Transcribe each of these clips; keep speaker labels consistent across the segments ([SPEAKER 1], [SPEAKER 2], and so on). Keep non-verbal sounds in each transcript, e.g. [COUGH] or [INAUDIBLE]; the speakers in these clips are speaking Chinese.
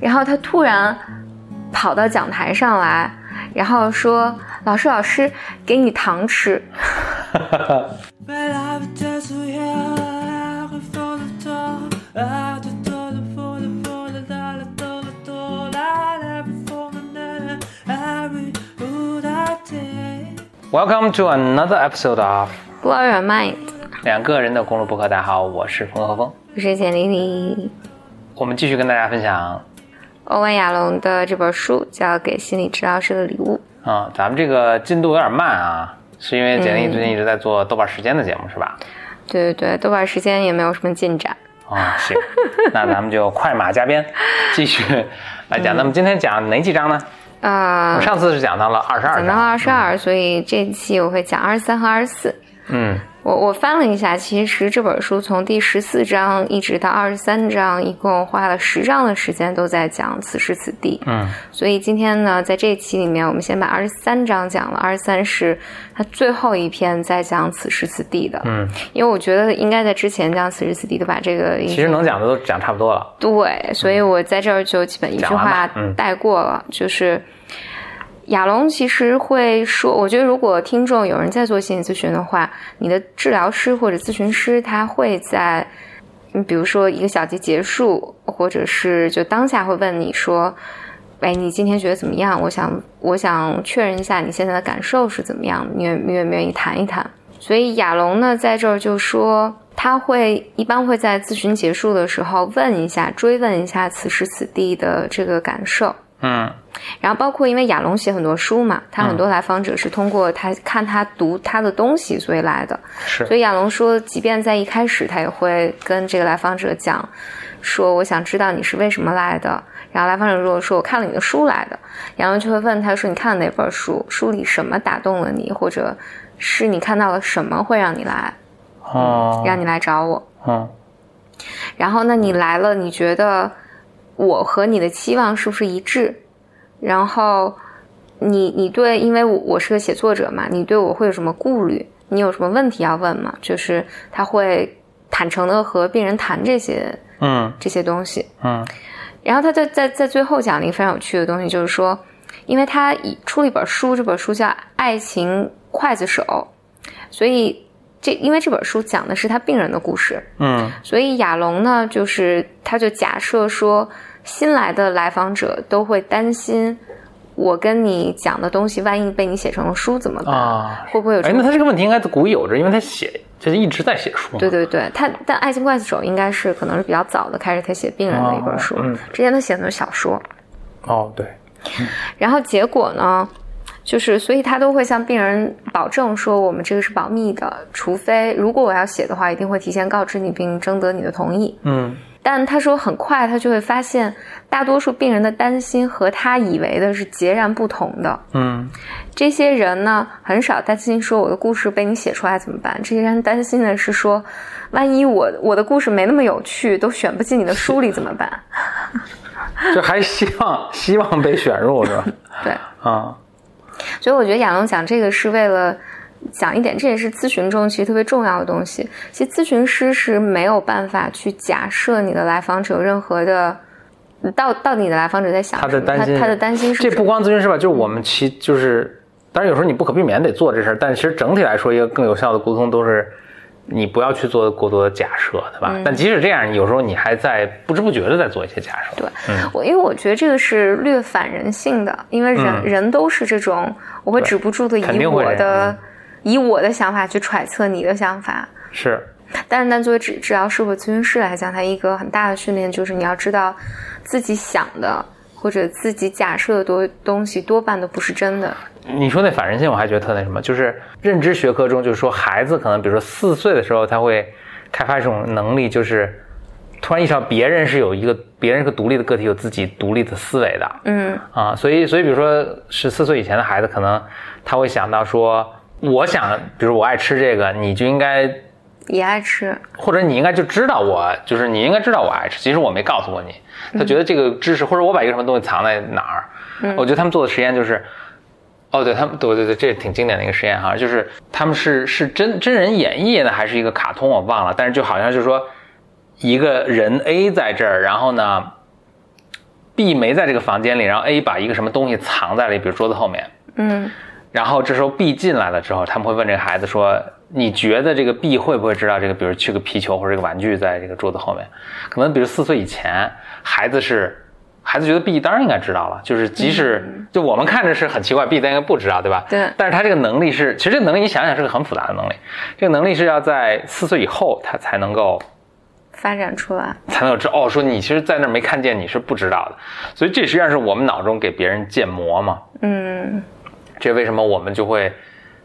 [SPEAKER 1] 然后他突然跑到讲台上来，然后说：“老师，老师，给你糖吃。
[SPEAKER 2] Welcome to another episode of
[SPEAKER 1] Blow your mind，
[SPEAKER 2] 两个人的公路博客。大家好，我是冯和峰。
[SPEAKER 1] 我是简玲玲。
[SPEAKER 2] 我们继续跟大家分享
[SPEAKER 1] 欧文·亚龙的这本书叫《给心理治疗师的礼物
[SPEAKER 2] 啊、咱们这个进度有点慢啊，是因为简历最近一直在做豆瓣时间的节目是吧？》。
[SPEAKER 1] 对对对，豆瓣时间也没有什么进展。
[SPEAKER 2] 啊、
[SPEAKER 1] [LAUGHS]
[SPEAKER 2] 行，那咱们就快马加鞭，继续
[SPEAKER 1] [LAUGHS]
[SPEAKER 2] 来讲。那么今天讲哪几章呢？
[SPEAKER 1] 啊、
[SPEAKER 2] 我上次是讲到了二十二
[SPEAKER 1] 讲到
[SPEAKER 2] 章，
[SPEAKER 1] 二十二，所以这一期我会讲二十三和二十四。
[SPEAKER 2] 嗯，
[SPEAKER 1] 我我翻了一下，其实这本书从第十四章一直到二十三章，一共花了十章的时间都在讲此时此地。
[SPEAKER 2] 嗯，
[SPEAKER 1] 所以今天呢，在这一期里面，我们先把二十三章讲了，二十三是它最后一篇在讲此时此地的。
[SPEAKER 2] 嗯，
[SPEAKER 1] 因为我觉得应该在之前讲此时此地的把这个
[SPEAKER 2] 其实能讲的都讲差不多了。
[SPEAKER 1] 对，所以我在这儿就基本一句
[SPEAKER 2] 嗯讲完
[SPEAKER 1] 话
[SPEAKER 2] 吧嗯
[SPEAKER 1] 带过了，就是。亚龙其实会说，我觉得如果听众有人在做心理咨询的话，你的治疗师或者咨询师他会在，嗯比如说一个小节结束，或者是就当下会问你说，哎，你今天觉得怎么样？我想我想确认一下你现在的感受是怎么样，你愿你愿不愿意谈一谈？所以亚龙呢，在这儿就说，他会一般会在咨询结束的时候问一下，追问一下此时此地的这个感受。
[SPEAKER 2] 嗯
[SPEAKER 1] 然后包括因为亚龙写很多书嘛，他很多来访者是通过他看他读他的东西所以来的，
[SPEAKER 2] 是
[SPEAKER 1] 所以亚龙说，即便在一开始，他也会跟这个来访者讲，说我想知道你是为什么来的。然后来访者如果说我看了你的书来的，亚龙就会问他说你看了哪本书，书里什么打动了你，或者是你看到了什么会让你来，
[SPEAKER 2] 哦，
[SPEAKER 1] 让你来找我。
[SPEAKER 2] 嗯
[SPEAKER 1] 然后，那你来了，你觉得我和你的期望是不是一致？然后你，你对，因为我我是个写作者嘛，你对我会有什么顾虑？你有什么问题要问吗？就是他会坦诚的和病人谈这些
[SPEAKER 2] 嗯
[SPEAKER 1] 这些东西。
[SPEAKER 2] 嗯
[SPEAKER 1] 然后他在在在最后讲了一个非常有趣的东西，就是说，因为他以出了一本书，这本书叫《爱情刽子手》，所以这因为这本书讲的是他病人的故事，
[SPEAKER 2] 嗯
[SPEAKER 1] 所以亚龙呢，就是他就假设说，新来的来访者都会担心，我跟你讲的东西，万一被你写成了书怎么办？
[SPEAKER 2] 啊，
[SPEAKER 1] 会不会有这
[SPEAKER 2] 哎，
[SPEAKER 1] 种？
[SPEAKER 2] 那他这个问题应该古已有之，因为他写就是一直在写书嘛。
[SPEAKER 1] 对对对，他但《爱情刽子手》应该是可能是比较早的开始他写病人的一本书，
[SPEAKER 2] 哦嗯
[SPEAKER 1] 之前他写的都是小说。
[SPEAKER 2] 哦，对，
[SPEAKER 1] 然后结果呢，就是所以他都会向病人保证说，我们这个是保密的，除非如果我要写的话，一定会提前告知你并征得你的同意。
[SPEAKER 2] 嗯
[SPEAKER 1] 但他说很快他就会发现，大多数病人的担心和他以为的是截然不同的。
[SPEAKER 2] 嗯
[SPEAKER 1] 这些人呢，很少担心说我的故事被你写出来怎么办，这些人担心的是说，万一我我的故事没那么有趣，都选不进你的书里怎么
[SPEAKER 2] [LAUGHS]
[SPEAKER 1] 办？
[SPEAKER 2] 就还希望希望被选入是吧？
[SPEAKER 1] 对，
[SPEAKER 2] 啊，
[SPEAKER 1] 所以我觉得亚龙讲这个是为了。讲一点，这也是咨询中其实特别重要的东西。其实咨询师是没有办法去假设你的来访者有任何的，到到底你的来访者在想
[SPEAKER 2] 他的
[SPEAKER 1] 什么
[SPEAKER 2] 担心，
[SPEAKER 1] 他他的担心是
[SPEAKER 2] 这
[SPEAKER 1] 什
[SPEAKER 2] 不
[SPEAKER 1] 么
[SPEAKER 2] 光咨询师吧，就是我们其就是，当然有时候你不可避免得做这事儿，但其实整体来说，一个更有效的沟通都是你不要去做过多的假设，对吧？但即使这样，有时候你还在不知不觉的在做一些假设。
[SPEAKER 1] 对，我因为我觉得这个是略反人性的，因为人、人都是这种，我会止不住的
[SPEAKER 2] 嗯肯
[SPEAKER 1] 以
[SPEAKER 2] 定会嗯
[SPEAKER 1] 我
[SPEAKER 2] 这样
[SPEAKER 1] 的以我的想法去揣测你的想法。
[SPEAKER 2] 是，
[SPEAKER 1] 但是，但作为治治疗师或咨询师来讲，他一个很大的训练就是你要知道，自己想的或者自己假设的多东西多半都不是真的。
[SPEAKER 2] 你说那反人性，我还觉得特那什么，就是认知学科中，就是说孩子可能，比如说四岁的时候，他会开发一种能力，就是突然意识到别人是有一个别人是个独立的个体，有自己独立的思维的
[SPEAKER 1] 嗯
[SPEAKER 2] 啊，所以所以比如说十四岁以前的孩子，可能他会想到说，我想，比如我爱吃这个，你就应该。
[SPEAKER 1] 也爱吃，
[SPEAKER 2] 或者你应该就知道我，就是你应该知道我爱吃，即使我没告诉过你。他觉得这个知识，或者我把一个什么东西藏在哪儿，我觉得他们做的实验就是，哦，对他们，对对对，这是挺经典的一个实验哈，就是他们是是真真人演绎的还是一个卡通，我忘了，但是就好像就是说一个人 A 在这儿，然后呢， B 没在这个房间里，然后 A 把一个什么东西藏在了，比如桌子后面，
[SPEAKER 1] 嗯
[SPEAKER 2] 然后这时候 B 进来了之后，他们会问这个孩子说：“你觉得这个 B 会不会知道这个，比如去个皮球或者这个玩具在这个桌子后面？可能比如四岁以前，孩子是孩子觉得 B 当然应该知道了，就是即使、就我们看着是很奇怪，B 但应该不知道，对吧？
[SPEAKER 1] 对
[SPEAKER 2] 但是他这个能力是，其实这个能力你想想是个很复杂的能力，这个能力是要在四岁以后他才能够
[SPEAKER 1] 发展出来，
[SPEAKER 2] 才能有知哦，说你其实在那儿没看见，你是不知道的，所以这实际上是我们脑中给别人建模嘛。
[SPEAKER 1] 嗯
[SPEAKER 2] 这为什么我们就会，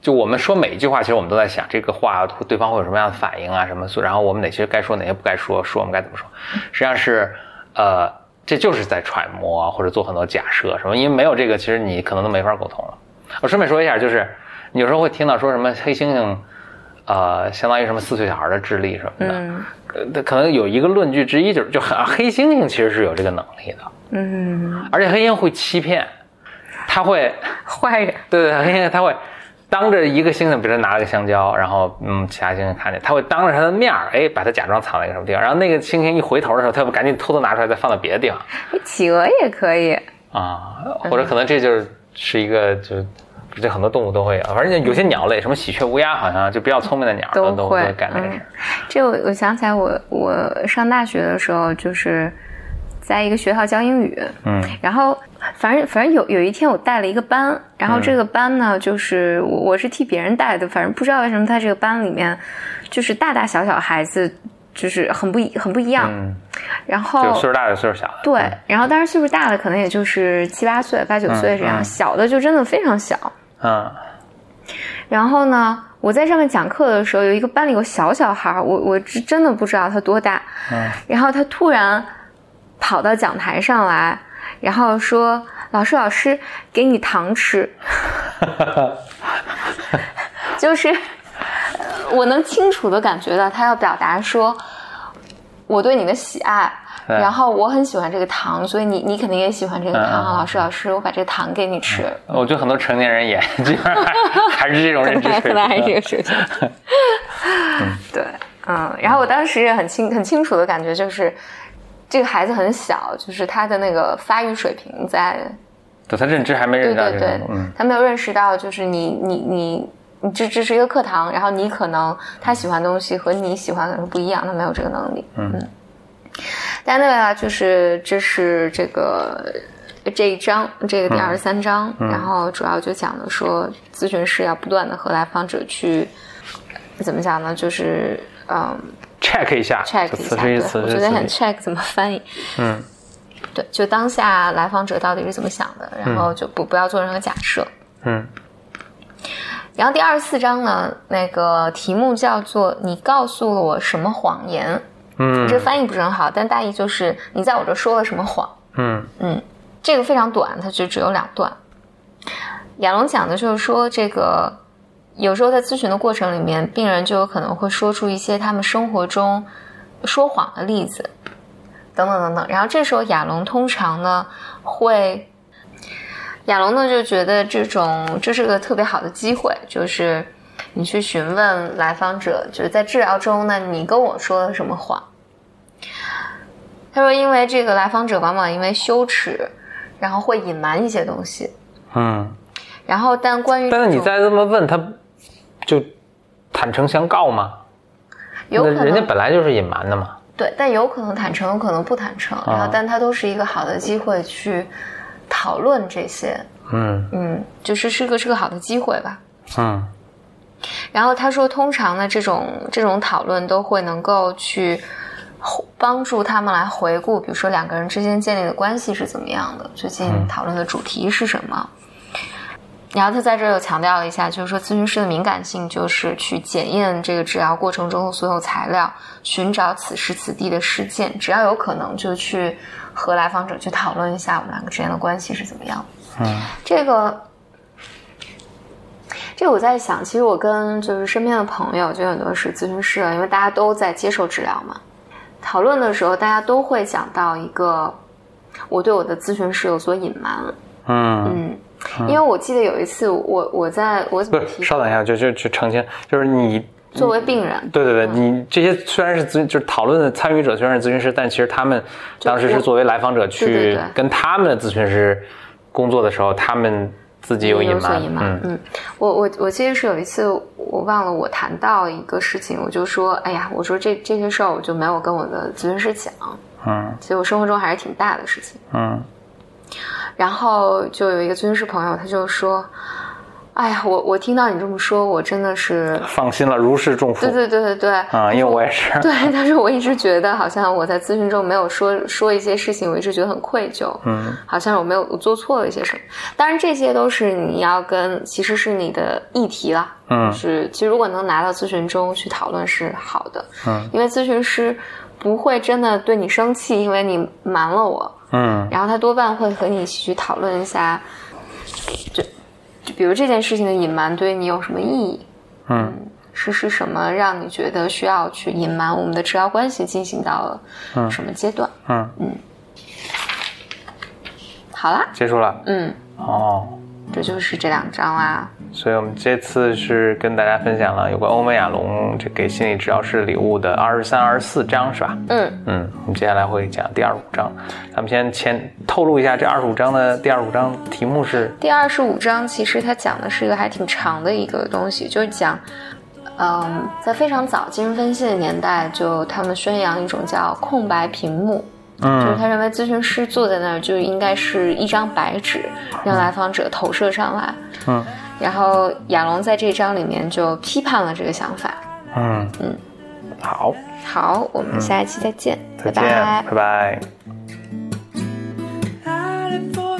[SPEAKER 2] 就我们说每一句话，其实我们都在想这个话对方会有什么样的反应啊，什么，所然后我们哪些该说，哪些不该说，说我们该怎么说，实际上是，呃，这就是在揣摩啊或者做很多假设什么，因为没有这个，其实你可能都没法沟通了。我顺便说一下，就是你有时候会听到说什么黑猩猩，呃，相当于什么四岁小孩的智力什么的，
[SPEAKER 1] 嗯
[SPEAKER 2] 呃，它可能有一个论据之一就是，就很黑猩猩其实是有这个能力的，
[SPEAKER 1] 嗯，
[SPEAKER 2] 而且黑猩猩会欺骗，它会。
[SPEAKER 1] 坏人，
[SPEAKER 2] 对对，因为他会当着一个猩猩，比如说拿了个香蕉，然后嗯，其他猩猩看见，他会当着他的面儿，哎，把它假装藏在一个什么地方，然后那个猩猩一回头的时候，他会赶紧偷偷拿出来，再放到别的地方
[SPEAKER 1] 哎企鹅也可以，
[SPEAKER 2] 啊，
[SPEAKER 1] 嗯
[SPEAKER 2] 或者可能这就是是一个就。这很多动物都会有，反正有些鸟类，什么喜鹊、乌鸦，好像就比较聪明的鸟
[SPEAKER 1] 都
[SPEAKER 2] 都
[SPEAKER 1] 会嗯
[SPEAKER 2] 会干这个事儿。
[SPEAKER 1] 这我我想起来我，我上大学的时候就是在一个学校教英语，
[SPEAKER 2] 嗯，
[SPEAKER 1] 然后反正反正有有一天我带了一个班，然后
[SPEAKER 2] 嗯
[SPEAKER 1] 这个班呢，就是我我是替别人带的，反正不知道为什么他这个班里面就是大大小小孩子就是很不一很不一样，
[SPEAKER 2] 嗯，
[SPEAKER 1] 然
[SPEAKER 2] 就
[SPEAKER 1] 后
[SPEAKER 2] 岁数大的岁数小的。
[SPEAKER 1] 对，然后当时岁数大的可能也就是七八岁、八九岁这样，
[SPEAKER 2] 嗯
[SPEAKER 1] 小的就真的非常小，
[SPEAKER 2] 嗯，
[SPEAKER 1] 然后呢，我在上面讲课的时候，有一个班里有小小孩儿，我我真真的不知道他多大。
[SPEAKER 2] 嗯
[SPEAKER 1] 然后他突然跑到讲台上来，然后说：“老师，老师，给你糖吃。” [LAUGHS] 就是呃我能清楚的感觉到他要表达说我对你的喜爱。
[SPEAKER 2] 对
[SPEAKER 1] 然后我很喜欢这个糖，所以你你肯定也喜欢这个
[SPEAKER 2] 嗯嗯
[SPEAKER 1] 糖啊，
[SPEAKER 2] 嗯
[SPEAKER 1] 老师老师，我把这个糖给你吃。
[SPEAKER 2] 我觉得很多成年人也 [LAUGHS] 基本上还还是这种认知水
[SPEAKER 1] [LAUGHS] 可
[SPEAKER 2] 平。啊
[SPEAKER 1] 能还是这个水平。 [LAUGHS] 对，嗯，然后我当时也很清很清楚的感觉就是，这个孩子很小，就是他的那个发育水平在，
[SPEAKER 2] 对他认知还没
[SPEAKER 1] 对
[SPEAKER 2] 认识到
[SPEAKER 1] 对
[SPEAKER 2] 这
[SPEAKER 1] 对
[SPEAKER 2] 种，，嗯，
[SPEAKER 1] 他没有认识到就是你你你。你这这是一个课堂，然后你可能他喜欢的东西和你喜欢的是不一样，他没有这个能力。
[SPEAKER 2] 嗯，
[SPEAKER 1] 但那个啊，就是这是这个这一章，这个第二十三章，
[SPEAKER 2] 嗯
[SPEAKER 1] 然后主要就讲的说，咨询师要不断的和来访者去呃怎么讲呢？就是嗯
[SPEAKER 2] check 一下
[SPEAKER 1] ，check
[SPEAKER 2] 就
[SPEAKER 1] 一
[SPEAKER 2] 此
[SPEAKER 1] 下，
[SPEAKER 2] 时
[SPEAKER 1] 对，
[SPEAKER 2] 此
[SPEAKER 1] 我
[SPEAKER 2] 时
[SPEAKER 1] 觉
[SPEAKER 2] 此
[SPEAKER 1] 得很
[SPEAKER 2] 地
[SPEAKER 1] check 怎么翻译。
[SPEAKER 2] 嗯，
[SPEAKER 1] 对，就当下来访者到底是怎么想的，然后就不不要做任何假设。
[SPEAKER 2] 嗯
[SPEAKER 1] 然后第二十四章呢，那个题目叫做“你告诉了我什么谎言”，
[SPEAKER 2] 嗯
[SPEAKER 1] 这翻译不是很好，但大意就是你在我这说了什么谎。
[SPEAKER 2] 嗯
[SPEAKER 1] 这个非常短，它就只有两段。亚龙讲的就是说，这个有时候在咨询的过程里面，病人就有可能会说出一些他们生活中说谎的例子，等等等等。然后这时候亚龙通常呢会，亚龙呢就觉得这种这是个特别好的机会，就是你去询问来访者，就是在治疗中呢，你跟我说了什么谎。他说，因为这个来访者往往因为羞耻，然后会隐瞒一些东西。
[SPEAKER 2] 嗯。
[SPEAKER 1] 然后，但关于
[SPEAKER 2] 但是
[SPEAKER 1] 这
[SPEAKER 2] 你
[SPEAKER 1] 种
[SPEAKER 2] 再这么问他，就坦诚相告吗？
[SPEAKER 1] 有
[SPEAKER 2] 那
[SPEAKER 1] 可
[SPEAKER 2] 人家
[SPEAKER 1] 能
[SPEAKER 2] 本来就是隐瞒的嘛。
[SPEAKER 1] 对，但有可能坦诚，有可能不坦诚。
[SPEAKER 2] 啊
[SPEAKER 1] 然后，但它都是一个好的机会去讨论这些，
[SPEAKER 2] 嗯
[SPEAKER 1] 嗯，就是是个是个好的机会吧。
[SPEAKER 2] 嗯
[SPEAKER 1] 然后他说，通常呢，这种这种讨论都会能够去帮助他们来回顾，比如说两个人之间建立的关系是怎么样的，最近
[SPEAKER 2] 嗯
[SPEAKER 1] 讨论的主题是什么。然后他在这儿又强调了一下，就是说咨询师的敏感性就是去检验这个治疗过程中的所有材料，寻找此时此地的事件，只要有可能就去和来访者去讨论一下我们两个之间的关系是怎么样的。
[SPEAKER 2] 嗯
[SPEAKER 1] 这个，这个我在想，其实我跟就是身边的朋友，就很多是咨询师啊，因为大家都在接受治疗嘛。讨论的时候，大家都会讲到一个，我对我的咨询师有所隐瞒。
[SPEAKER 2] 嗯，
[SPEAKER 1] 嗯，因为我记得有一次我，我在我怎
[SPEAKER 2] 不
[SPEAKER 1] 么
[SPEAKER 2] 是，嗯
[SPEAKER 1] 提，
[SPEAKER 2] 稍等一下，就就去澄清，就是你
[SPEAKER 1] 作为病人，
[SPEAKER 2] 对对对，
[SPEAKER 1] 嗯
[SPEAKER 2] 你这些虽然是咨就是讨论的参与者虽然是咨询师，但其实他们当时是作为来访
[SPEAKER 1] 对
[SPEAKER 2] 者
[SPEAKER 1] 对
[SPEAKER 2] 去
[SPEAKER 1] 对
[SPEAKER 2] 跟他们的咨询师工作的时候，他们自己有隐
[SPEAKER 1] 所
[SPEAKER 2] 瞒，
[SPEAKER 1] 隐瞒
[SPEAKER 2] 嗯。，
[SPEAKER 1] 嗯，我我我记得是有一次我忘了我谈到一个事情，我就说，哎呀，我说这这些事儿我就没有跟我的咨询师讲，
[SPEAKER 2] 嗯
[SPEAKER 1] 所以我生活中还是挺大的事情。
[SPEAKER 2] 嗯
[SPEAKER 1] 然后就有一个咨询师朋友，他就说，哎呀，我我听到你这么说，我真的是，
[SPEAKER 2] 放心了，如释重负
[SPEAKER 1] 对对对对对，
[SPEAKER 2] 啊、因为我也是，
[SPEAKER 1] 对，但是我一直觉得好像我在咨询中没有说说一些事情，我一直觉得很愧疚，
[SPEAKER 2] 嗯，
[SPEAKER 1] 好像我没有我做错了一些什么。当然，这些都是你要跟其实是你的议题啦，
[SPEAKER 2] 嗯
[SPEAKER 1] 是其实如果能拿到咨询中去讨论是好的，
[SPEAKER 2] 嗯，
[SPEAKER 1] 因为咨询师不会真的对你生气，因为你瞒了我，
[SPEAKER 2] 嗯
[SPEAKER 1] 然后他多半会和你一起去讨论一下，就就比如这件事情的隐瞒对你有什么意义，
[SPEAKER 2] 嗯
[SPEAKER 1] 是是什么让你觉得需要去隐瞒我们的治疗关系进行到了什么阶段？
[SPEAKER 2] 嗯，
[SPEAKER 1] 好啦，
[SPEAKER 2] 结束了
[SPEAKER 1] 嗯，
[SPEAKER 2] 哦。
[SPEAKER 1] 这就是这两章啦。
[SPEAKER 2] 所以我们这次是跟大家分享了有关欧美亚龙这给心理治疗师礼物的二十三、二十四章，是吧？
[SPEAKER 1] 嗯，
[SPEAKER 2] 嗯，我们接下来会讲第二十五章。咱们先前透露一下，这二十五章的第二十五章题目是
[SPEAKER 1] 第二十五章其实它讲的是一个还挺长的一个东西，就是讲，嗯，在非常早精神分析的年代，就他们宣扬一种叫空白屏幕。就是他认为咨询师坐在那儿就应该是一张白纸，让来访者投射上来。
[SPEAKER 2] 嗯，
[SPEAKER 1] 然后亚龙在这一章里面就批判了这个想法。
[SPEAKER 2] 嗯
[SPEAKER 1] 嗯
[SPEAKER 2] 好，
[SPEAKER 1] 好，我嗯们下一期再见，
[SPEAKER 2] 再见，
[SPEAKER 1] 拜拜
[SPEAKER 2] 拜拜
[SPEAKER 3] Out for